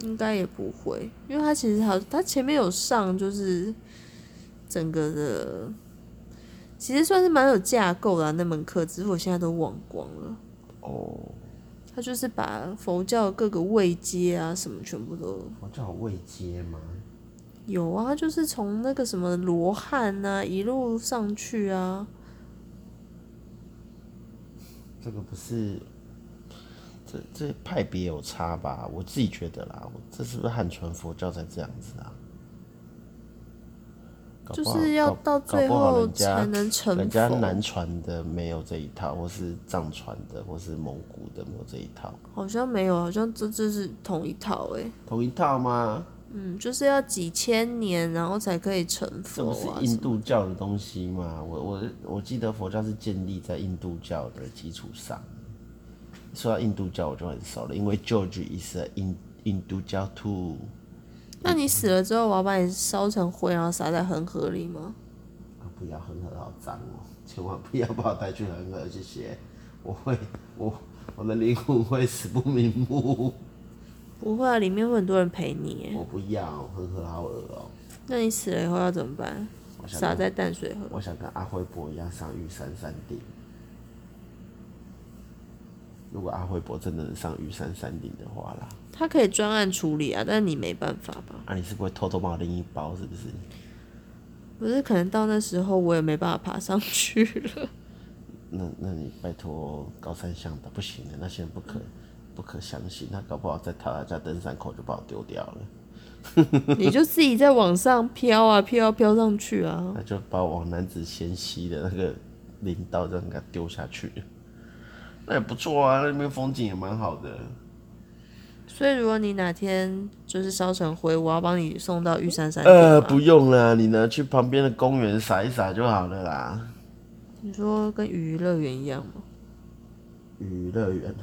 Speaker 2: 应该也不会，因为他其实好，他前面有上就是整个的，其实算是蛮有架构的啊、那门课，只是我现在都忘光了。
Speaker 1: 哦，
Speaker 2: 他就是把佛教各个位阶啊什么全部都
Speaker 1: 我叫我未接吗？
Speaker 2: 有啊，他就是从那个什么罗汉啊一路上去啊，
Speaker 1: 这个不是，这这派别有差吧？我自己觉得啦，我这是不是汉传佛教才这样子啊？搞
Speaker 2: 就
Speaker 1: 不好
Speaker 2: 是要
Speaker 1: 搞
Speaker 2: 到最
Speaker 1: 搞不好
Speaker 2: 后
Speaker 1: 人
Speaker 2: 才
Speaker 1: 家
Speaker 2: 能成
Speaker 1: 人家
Speaker 2: 佛。
Speaker 1: 南传的没有这一套，或是藏传的，或是蒙古的没有这一套，
Speaker 2: 好像没有，好像这这是同一套诶、
Speaker 1: 同一套吗？
Speaker 2: 嗯，就是要几千年然后才可以成
Speaker 1: 这
Speaker 2: 佛
Speaker 1: 不是
Speaker 2: 啊。
Speaker 1: 印度教的东西吗？哦我我我记得佛教是建立在印度教的基础上。说到印度教，我就很熟了，因为 George is a 印印度教徒。
Speaker 2: 那你死了之后，我要把你烧成灰，然后撒在恒河里吗？
Speaker 1: 啊，不要恒河好脏哦， 千万不要把我带去恒河，谢谢。我会，我我的灵魂会死不瞑 目。
Speaker 2: 不会啊，里面会很多人陪你耶。
Speaker 1: 我不要恒河好恶哦、
Speaker 2: 那你死了以后要怎么办？
Speaker 1: 我想
Speaker 2: 撒在淡水河。
Speaker 1: 我想跟阿辉伯一样上玉山山顶。如果阿辉伯真的能上玉山山顶的话啦，
Speaker 2: 他可以专案处理啊，但是你没办法吧？
Speaker 1: 啊，你是不会偷偷帮我拎一包是不是？
Speaker 2: 不是，可能到那时候我也没办法爬上去了。
Speaker 1: 那那你拜托高山向导不行的，那些人不可不可相信，他搞不好在他家登山口就把我丢掉了，
Speaker 2: 你就自己在往上飘啊，飘啊飘上去啊。
Speaker 1: 他就把我往男子贤妻的那个林道这样给他丢下去，那也不错啊，那边风景也蛮好的。
Speaker 2: 所以如果你哪天就是烧成灰，我要帮你送到玉山山顶
Speaker 1: 呃，
Speaker 2: 吗
Speaker 1: 不用啦，你呢去旁边的公园撒一撒就好了啦。
Speaker 2: 你说跟娱乐园一样吗？
Speaker 1: 娱乐园，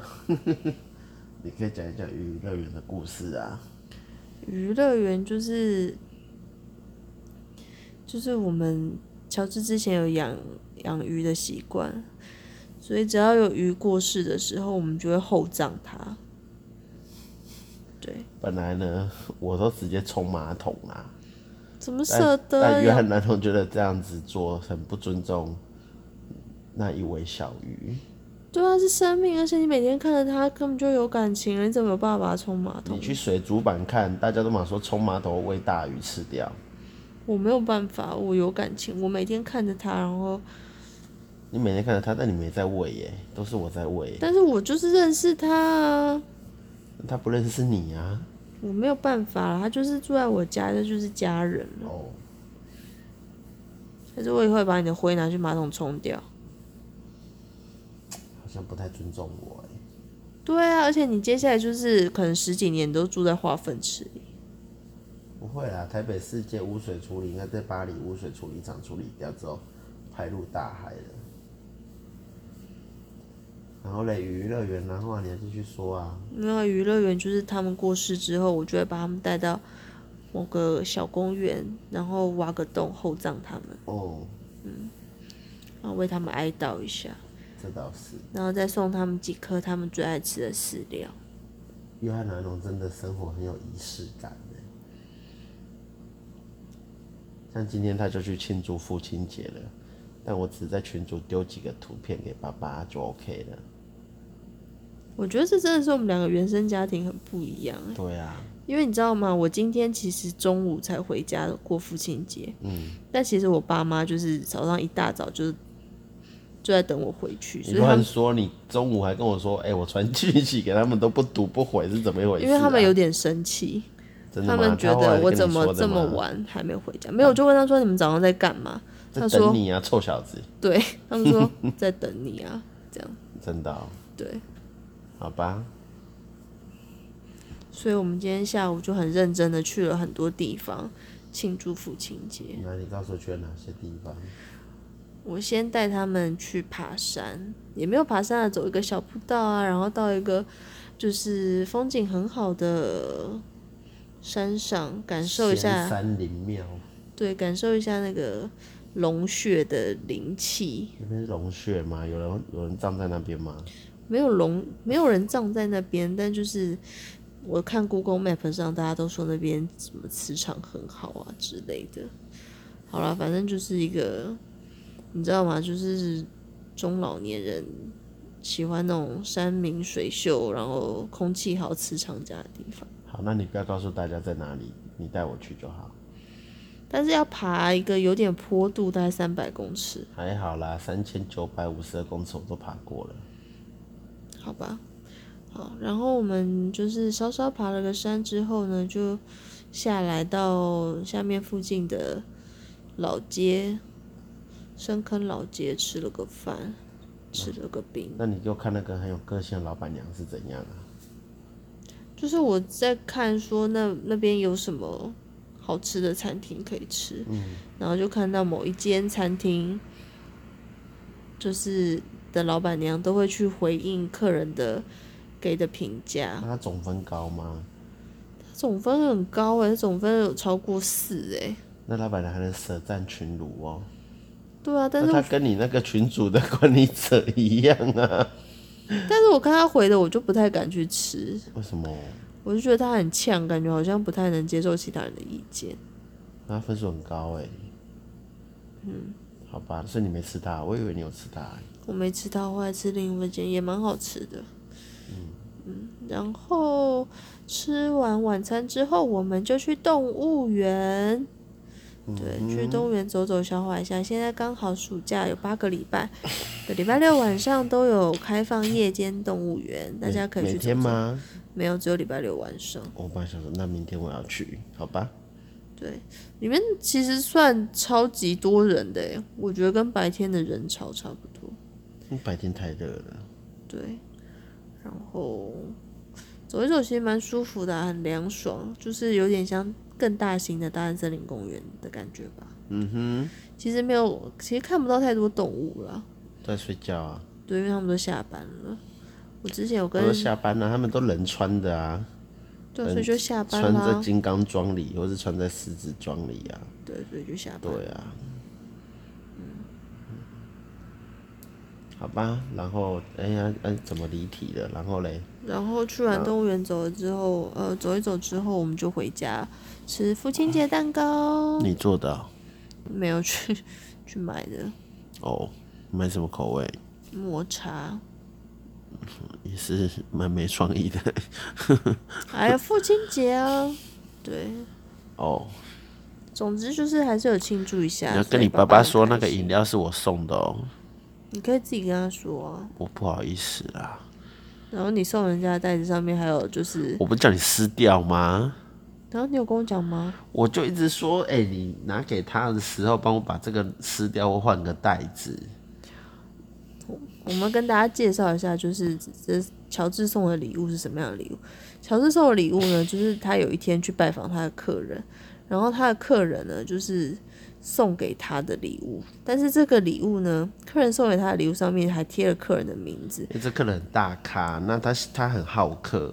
Speaker 1: 你可以讲一讲娱乐园的故事啊。
Speaker 2: 娱乐园就是就是我们乔治之前有养养鱼的习惯，所以只要有鱼过世的时候，我们就会厚葬它。对，
Speaker 1: 本来呢，我都直接冲马桶啦，
Speaker 2: 怎么舍
Speaker 1: 但但
Speaker 2: 得
Speaker 1: 约
Speaker 2: 呀？
Speaker 1: 翰男童觉得这样子做很不尊重那一位小鱼。
Speaker 2: 对啊，是生命，而且你每天看着它，根本就有感情啊了，你怎么有办法把它冲马桶
Speaker 1: 你？去水族馆看，大家都嘛说冲马桶喂大鱼吃掉，
Speaker 2: 我没有办法，我有感情，我每天看着它，然后，
Speaker 1: 你每天看着它，但你没在喂耶，都是我在喂耶，
Speaker 2: 但是我就是认识它啊，
Speaker 1: 它不认识你啊。
Speaker 2: 我没有办法啦，它就是住在我家，这就是家人了。
Speaker 1: 哦，
Speaker 2: 但是我也会把你的灰拿去马桶冲掉。
Speaker 1: 好像不太尊重我耶
Speaker 2: 对啊，而且你接下来就是可能十几年你都住在化粪池里，
Speaker 1: 不会啦，台北世界污水处理应该在巴黎污水处理厂处理掉之后，排入大海了。然后嘞，娱乐园，然后啊，你要继续说啊。
Speaker 2: 那娱乐园就是他们过世之后，我就会把他们带到某个小公园，然后挖个洞厚葬他们，
Speaker 1: 哦，
Speaker 2: 然后为他们哀悼一下，
Speaker 1: 这倒是。
Speaker 2: 然后再送他们几颗他们最爱吃的饲料。
Speaker 1: 约翰·南农真的生活很有仪式感呢。像今天他就去庆祝父亲节了，但我只在群组丢几个图片给爸爸就 OK 了。
Speaker 2: 我觉得这真的是我们两个原生家庭很不一样、欸，
Speaker 1: 对啊，
Speaker 2: 因为你知道吗？我今天其实中午才回家过父亲节，嗯，但其实我爸妈就是早上一大早就就在等我回去，
Speaker 1: 你
Speaker 2: 所以他
Speaker 1: 乱
Speaker 2: 们
Speaker 1: 说，你中午还跟我说，哎、我传讯息给他们都不读不回，是怎么一回事、啊？
Speaker 2: 因为他们有点生气，
Speaker 1: 真的
Speaker 2: 他
Speaker 1: 吗
Speaker 2: 们觉
Speaker 1: 后来
Speaker 2: 得我
Speaker 1: 跟你
Speaker 2: 怎么
Speaker 1: 说的
Speaker 2: 这么
Speaker 1: 吗
Speaker 2: 晚还没回家？没有，我就问他说你们早上在干嘛？
Speaker 1: 在
Speaker 2: 他说
Speaker 1: 等你啊，臭小子，
Speaker 2: 对，他 们说在等你啊，这样
Speaker 1: 真的哦、
Speaker 2: 对，
Speaker 1: 好吧？
Speaker 2: 所以我们今天下午就很认真的去了很多地方庆祝父亲节。
Speaker 1: 那你告诉我去了哪些地方？
Speaker 2: 我先带他们去爬山，也没有爬山啊，走一个小步道啊，然后到一个就是风景很好的山上，感受一
Speaker 1: 仙
Speaker 2: 下，
Speaker 1: 山林庙
Speaker 2: 对，感受一下那个龙穴的灵气。
Speaker 1: 那边是龙穴吗？有人有人葬在那边吗？
Speaker 2: 没有龙，没有人葬在那边，但就是我看 Google Map 上，大家都说那边什么磁场很好啊之类的。好啦，反正就是一个，你知道吗？就是中老年人喜欢那种山明水秀，然后空气好、磁场佳的地方。
Speaker 1: 好，那你不要告诉大家在哪里，你带我去就好。
Speaker 2: 但是要爬一个有点坡度，大概三百公尺，
Speaker 1: 还好啦，三千九百五十二公尺我都爬过了。
Speaker 2: 好吧，好，然后我们就是稍稍爬了个山之后呢，就下来到下面附近的老街，深坑老街吃了个饭，吃了个冰。
Speaker 1: 那你给我看那个很有个性的老板娘是怎样啊？
Speaker 2: 就是我在看说那那边有什么好吃的餐厅可以吃，然后就看到某一间餐厅，就是的老板娘都会去回应客人的给的评价
Speaker 1: 那。她总分高吗？
Speaker 2: 总分很高诶、总分有超过四欸诶、
Speaker 1: 那老板娘还能舌战群儒哦、
Speaker 2: 对啊，但
Speaker 1: 那
Speaker 2: 是我
Speaker 1: 她跟你那个群主的管理者一样啊？
Speaker 2: 但是我看他回的，我就不太敢去吃，
Speaker 1: 为什么？
Speaker 2: 我就觉得他很呛，感觉好像不太能接受其他人的意见。
Speaker 1: 那分数很高哎、嗯，好吧，所以你没吃它，我以为你有吃它欸、
Speaker 2: 我没吃到，后来吃另一份煎也蛮好吃的，
Speaker 1: 嗯
Speaker 2: 嗯然后吃完晚餐之后，我们就去动物园。
Speaker 1: 嗯
Speaker 2: 对，去动物园走走，消化一下。现在刚好暑假有八个礼拜，对，礼拜六晚上都有开放夜间动物园，大家可以
Speaker 1: 每
Speaker 2: 去
Speaker 1: 天
Speaker 2: 走走。
Speaker 1: 吗？
Speaker 2: 没有，只有礼拜六晚上。
Speaker 1: 我本来想说，那明天我要去，好吧？
Speaker 2: 对，里面其实算超级多人的耶，我觉得跟白天的人潮差不多。
Speaker 1: 因为白天太热了。
Speaker 2: 对，然后走一走其实蛮舒服的啊、很凉爽，就是有点像更大型的大安森林公园的感觉吧。
Speaker 1: 嗯
Speaker 2: 其实没有，其实看不到太多动物了，
Speaker 1: 哼，在睡觉啊，
Speaker 2: 对，因为他们都下班了。我之前有
Speaker 1: 我
Speaker 2: 跟
Speaker 1: 都下班啊了、他们都人穿的啊，
Speaker 2: 对，所以就下班啊
Speaker 1: 穿
Speaker 2: 啦、
Speaker 1: 在金刚装里，或是穿在狮子装里啊。
Speaker 2: 对，所以就下班。
Speaker 1: 对啊，嗯好吧，然后哎呀，哎，怎么离题了？然后嘞，
Speaker 2: 然后去
Speaker 1: 嗯
Speaker 2: 完动物园走了之后，呃，走一走之后，我们就回家吃父亲节蛋糕，
Speaker 1: 你做的啊
Speaker 2: 没有去去买的
Speaker 1: 哦，买什么口味？
Speaker 2: 抹茶。
Speaker 1: 也是蛮没创意的
Speaker 2: 哎呀，父亲节啊，对，
Speaker 1: 哦。
Speaker 2: 总之就是还是有庆祝一下。
Speaker 1: 你要跟
Speaker 2: 所以
Speaker 1: 你
Speaker 2: 爸
Speaker 1: 爸
Speaker 2: 爸
Speaker 1: 爸
Speaker 2: 很
Speaker 1: 说
Speaker 2: 开
Speaker 1: 那个饮
Speaker 2: 心，
Speaker 1: 料是我送的哦，
Speaker 2: 你可以自己跟他说啊。
Speaker 1: 我不好意思啊，
Speaker 2: 然后你送人家的袋子上面还有就是，
Speaker 1: 我不是叫你撕掉吗？
Speaker 2: 然后你有跟我讲吗？
Speaker 1: 我就一直说，哎、你拿给他的时候，帮我把这个撕掉或换个袋子。
Speaker 2: 我们跟大家介绍一下，就是这乔治送的礼物是什么样的礼物。乔治送的礼物呢，就是他有一天去拜访他的客人，然后他的客人呢，就是送给他的礼物，但是这个礼物呢，客人送给他的礼物上面还贴了客人的名字，
Speaker 1: 因为这客人很大咖，那他他很好客，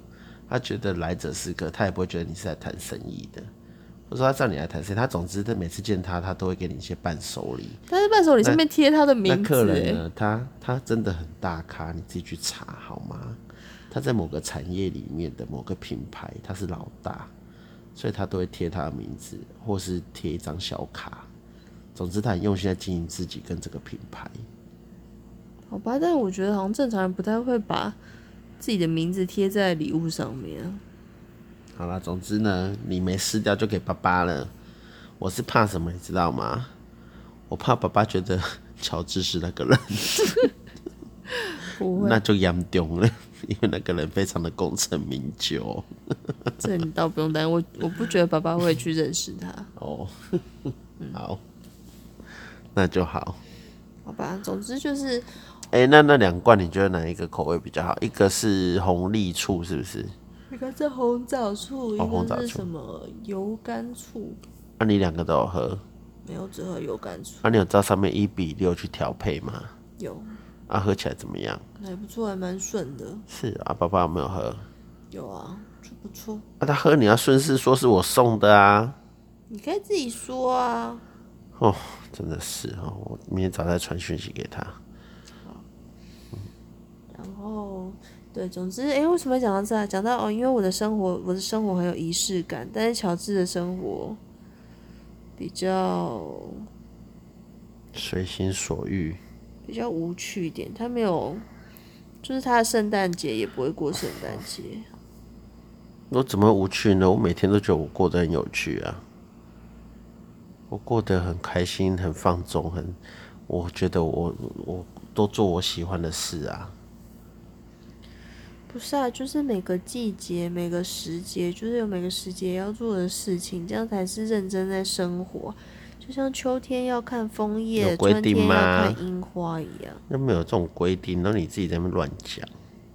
Speaker 1: 他觉得来者是客，他也不会觉得你是来谈生意的。我说他叫你来谈生意，他总之他每次见他，他都会给你一些伴手礼。
Speaker 2: 但是伴手礼上面贴他的
Speaker 1: 那
Speaker 2: 名
Speaker 1: 客
Speaker 2: 字、
Speaker 1: 人
Speaker 2: 欸，
Speaker 1: 呢？他他真的很大咖，你自己去查好吗？他在某个产业里面的某个品牌，他是老大，所以他都会贴他的名字，或是贴一张小卡。总之，他很用心在经营自己跟这个品牌。
Speaker 2: 好吧，但我觉得好像正常人不太会把自己的名字贴在礼物上面啊。
Speaker 1: 好啦，总之呢，你没撕掉就给爸爸了。我是怕什么，你知道吗？我怕爸爸觉得 乔治是那个人，
Speaker 2: 不会，
Speaker 1: 那就严重了，因为那个人非常的功成名就。
Speaker 2: 这你倒不用担心，我我不觉得爸爸会去认识他。
Speaker 1: 哦，
Speaker 2: 嗯
Speaker 1: 好，那就好。
Speaker 2: 好吧，总之就是
Speaker 1: 哎、那那两罐你觉得哪一个口味比较好？一个是红栗醋，是不是？
Speaker 2: 一个是红枣醋，
Speaker 1: 哦红
Speaker 2: 一
Speaker 1: 枣
Speaker 2: 个是
Speaker 1: 醋
Speaker 2: 什么油甘醋，
Speaker 1: 那、啊你两个都有喝？
Speaker 2: 没有只喝油甘醋，
Speaker 1: 那、你有照上面一比六去调配吗？
Speaker 2: 有
Speaker 1: 啊，喝起来怎么样？
Speaker 2: 还不错，还蛮顺的，
Speaker 1: 是啊，爸爸有没有喝？
Speaker 2: 有啊，就不错。
Speaker 1: 啊，他喝你要顺势说是我送的啊。
Speaker 2: 你可以自己说啊，
Speaker 1: 哦，真的是哦，我明天早上再传讯息给他。
Speaker 2: 然后对，总之，诶，为什么会讲到这啊？讲到哦，因为我的生活，我的生活很有仪式感，但是乔治的生活比较
Speaker 1: 随心所欲，
Speaker 2: 比较无趣一点，他没有，就是他的圣诞节也不会过圣诞节。
Speaker 1: 我怎么无趣呢？我每天都觉得我过得很有趣啊，我过得很开心，很放纵，很，我觉得我我都做我喜欢的事啊。
Speaker 2: 不是啊，就是每个季节、每个时节，就是有每个时节要做的事情，这样才是认真在生活。就像秋天要看枫叶，
Speaker 1: 有规
Speaker 2: 春
Speaker 1: 定
Speaker 2: 天要
Speaker 1: 吗
Speaker 2: 看樱花一样，
Speaker 1: 那没有这种规定，那你自己在那边乱讲。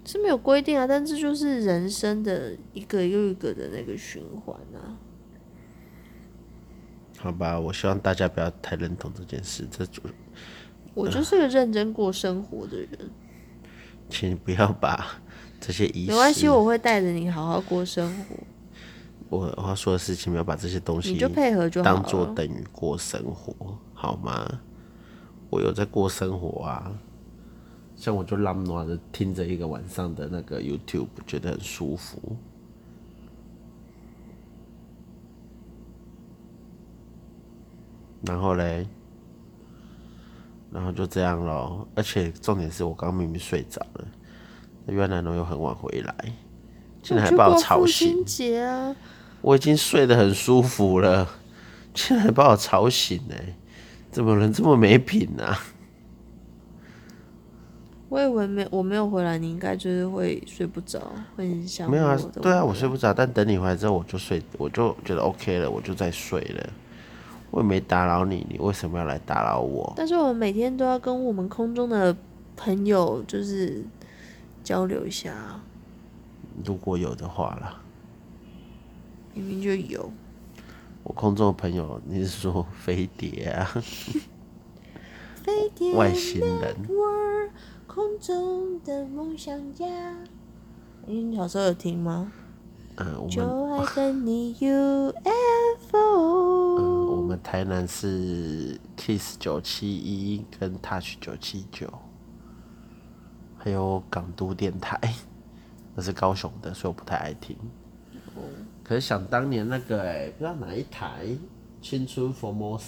Speaker 2: 是没有规定啊，但这就是人生的一个又一个的那个循环啊。
Speaker 1: 好吧，我希望大家不要太认同这件事，这就
Speaker 2: 我就是个认真过生活的人，
Speaker 1: 请不要把这些仪式，
Speaker 2: 没关系，我会带着你好好过生活，
Speaker 1: 我我要说的事情，不要把这些东西
Speaker 2: 你就配合就好
Speaker 1: 当做
Speaker 2: 了。
Speaker 1: 等于过生活，好吗？我有在过生活啊，像我就懒惰的听着一个晚上的那个 YouTube，觉得很舒服。然后嘞，然后就这样咯。而且重点是我刚刚明明睡着了，那越南人又很晚回来，竟然还把
Speaker 2: 我去过
Speaker 1: 吵
Speaker 2: 父
Speaker 1: 醒
Speaker 2: 亲，节啊，
Speaker 1: 我已经睡得很舒服了，竟然还把我吵醒呢、怎么人这么没品啊？
Speaker 2: 我以为没我没有回来，你应该就是会睡不着，会很想
Speaker 1: 没有啊
Speaker 2: 我的，
Speaker 1: 对啊，
Speaker 2: 味
Speaker 1: 我睡不着，但等你回来之后，我就睡，我就觉得 OK 了，我就在睡了。我也没打扰你，你为什么要来打扰我？
Speaker 2: 但是我们每天都要跟我们空中的朋友就是交流一下啊，
Speaker 1: 如果有的话啦，
Speaker 2: 明明就有。
Speaker 1: 我空中的朋友，你是说飞碟啊，
Speaker 2: 飞碟
Speaker 1: 外星人？
Speaker 2: 我空中的梦想家。哎你小时候有听吗？
Speaker 1: 嗯，我
Speaker 2: 就
Speaker 1: 们
Speaker 2: 爱跟你
Speaker 1: 嗯， 我
Speaker 2: UFO。
Speaker 1: 们台南是 Kiss 九七一跟 Touch 九七九，还有港都电台， 那是高雄的，所以我不太爱听。可是想当年那个哎、不知道哪一台《青春 Formosa》，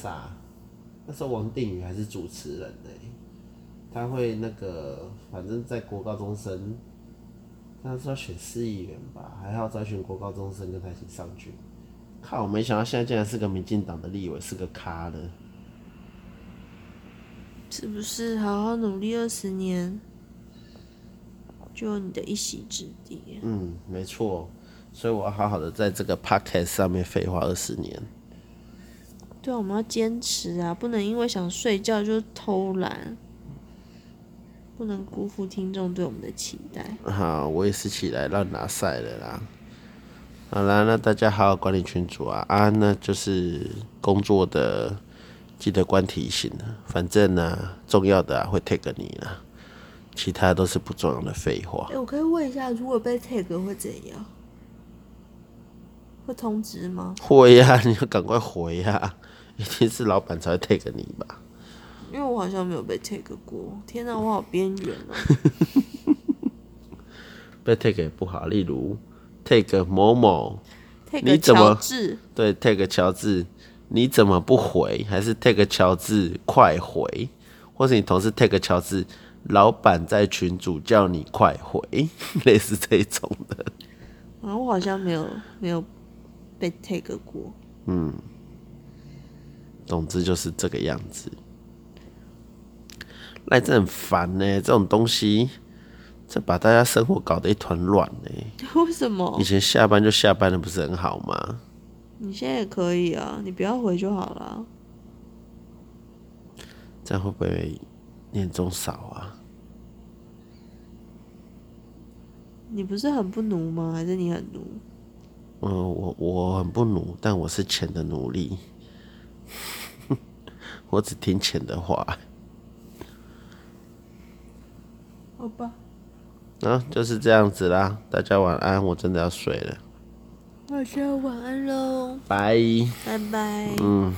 Speaker 1: 那时候王定宇还是主持人呢、他会那个，反正在国高中生，那时候选市议员吧，还好找选国高中生跟他一起上去。靠！我没想到现在竟然是个民进党的立委，是个咖了。
Speaker 2: 是不是好好努力二十年，就有你的一席之地？
Speaker 1: 嗯，没错，所以我要好好的在这个 podcast 上面废话二十年。
Speaker 2: 对啊，我们要坚持啊，不能因为想睡觉就偷懒，不能辜负听众对我们的期待。
Speaker 1: 好，我也是起来让拿赛了啦。好啦，那大家好好管理群组啊啊，那就是工作的记得关提醒啊，反正呢、重要的啊会 take 你啦，其他都是不重要的废话
Speaker 2: 哎、。我可以问一下，如果被 tag 会怎样？会通知吗？
Speaker 1: 会呀、你要赶快回呀、一定是老板才会 take 你吧。
Speaker 2: 因为我好像没有被 tag 过。天哪，我好边缘哦！
Speaker 1: 被 tag 也不好，例如 tag 某某，
Speaker 2: tag
Speaker 1: 你怎么
Speaker 2: 乔治，
Speaker 1: 对 tag 乔治，你怎么不回？还是 tag 乔治快回？或是你同事 tag 乔治，老板在群主叫你快回， 类似这一种的。
Speaker 2: 然后我好像没有没有被 tag 过。
Speaker 1: 总之就是这个样子。赖真的很烦呢、这种东西，这把大家生活搞得一团乱呢。
Speaker 2: 为什么
Speaker 1: 以？前下班就下班了，不是很好吗？
Speaker 2: 你现在也可以啊，你不要回就好了。
Speaker 1: 这样会不会年终少啊？
Speaker 2: 你不是很不奴吗？还是你很奴？
Speaker 1: 嗯，我我很不努，但我是钱的奴隶。 我只听钱的话，
Speaker 2: 好吧，
Speaker 1: 啊，就是这样子啦。大家晚安，我真的要睡了，
Speaker 2: 那就晚安喽，
Speaker 1: 拜。
Speaker 2: 拜拜。
Speaker 1: 嗯，